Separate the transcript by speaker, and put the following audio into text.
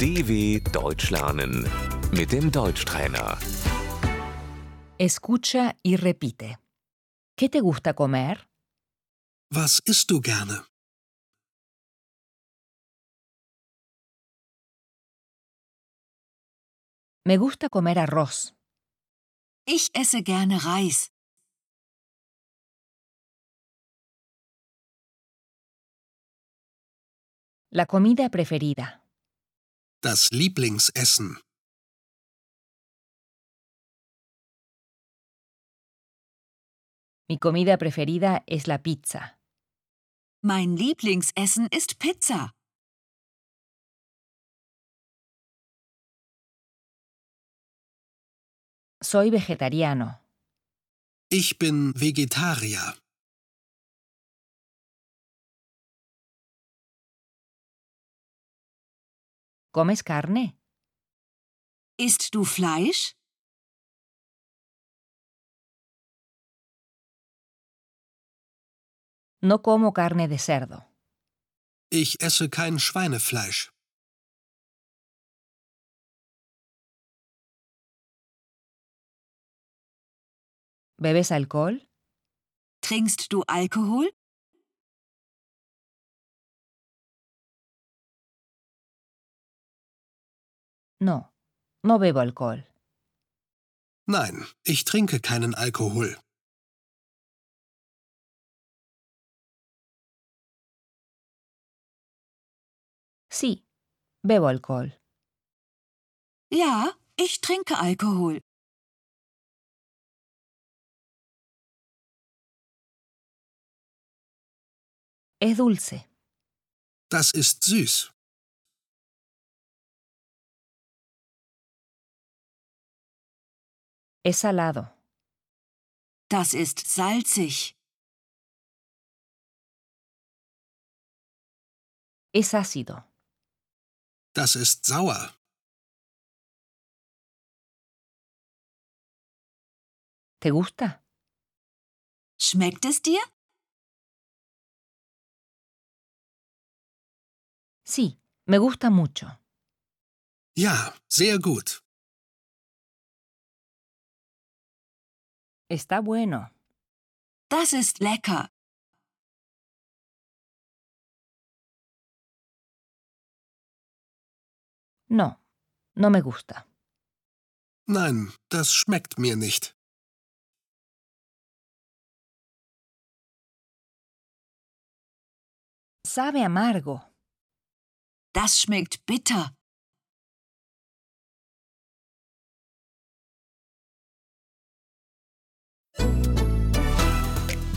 Speaker 1: DW Deutsch lernen mit dem Deutschtrainer.
Speaker 2: Escucha y repite. ¿Qué te gusta comer?
Speaker 3: Was isst du gerne?
Speaker 2: Me gusta comer arroz.
Speaker 4: Ich esse gerne Reis.
Speaker 2: La comida preferida.
Speaker 3: Das Lieblingsessen.
Speaker 2: Mi comida preferida es la pizza.
Speaker 4: Mein Lieblingsessen ist Pizza.
Speaker 2: Soy vegetariano.
Speaker 3: Ich bin Vegetarier.
Speaker 2: ¿Comes carne?
Speaker 4: Isst du Fleisch?
Speaker 2: No como carne de cerdo.
Speaker 3: Ich esse kein Schweinefleisch.
Speaker 2: ¿Bebes alcohol?
Speaker 4: Trinkst du Alkohol?
Speaker 2: No, no bebo alcohol.
Speaker 3: Nein, ich trinke keinen Alkohol.
Speaker 2: Sí, bebo alcohol.
Speaker 4: Ja, ich trinke Alkohol.
Speaker 2: Es dulce.
Speaker 3: Das ist süß.
Speaker 2: Es salado.
Speaker 4: Das ist salzig.
Speaker 2: Es ácido.
Speaker 3: Das ist sauer.
Speaker 2: ¿Te gusta?
Speaker 4: Schmeckt es dir?
Speaker 2: Sí, me gusta mucho.
Speaker 3: Ja, sehr gut.
Speaker 2: Está bueno.
Speaker 4: Das ist lecker.
Speaker 2: No, no me gusta.
Speaker 3: Nein, das schmeckt mir nicht.
Speaker 2: Sabe amargo.
Speaker 4: Das schmeckt bitter.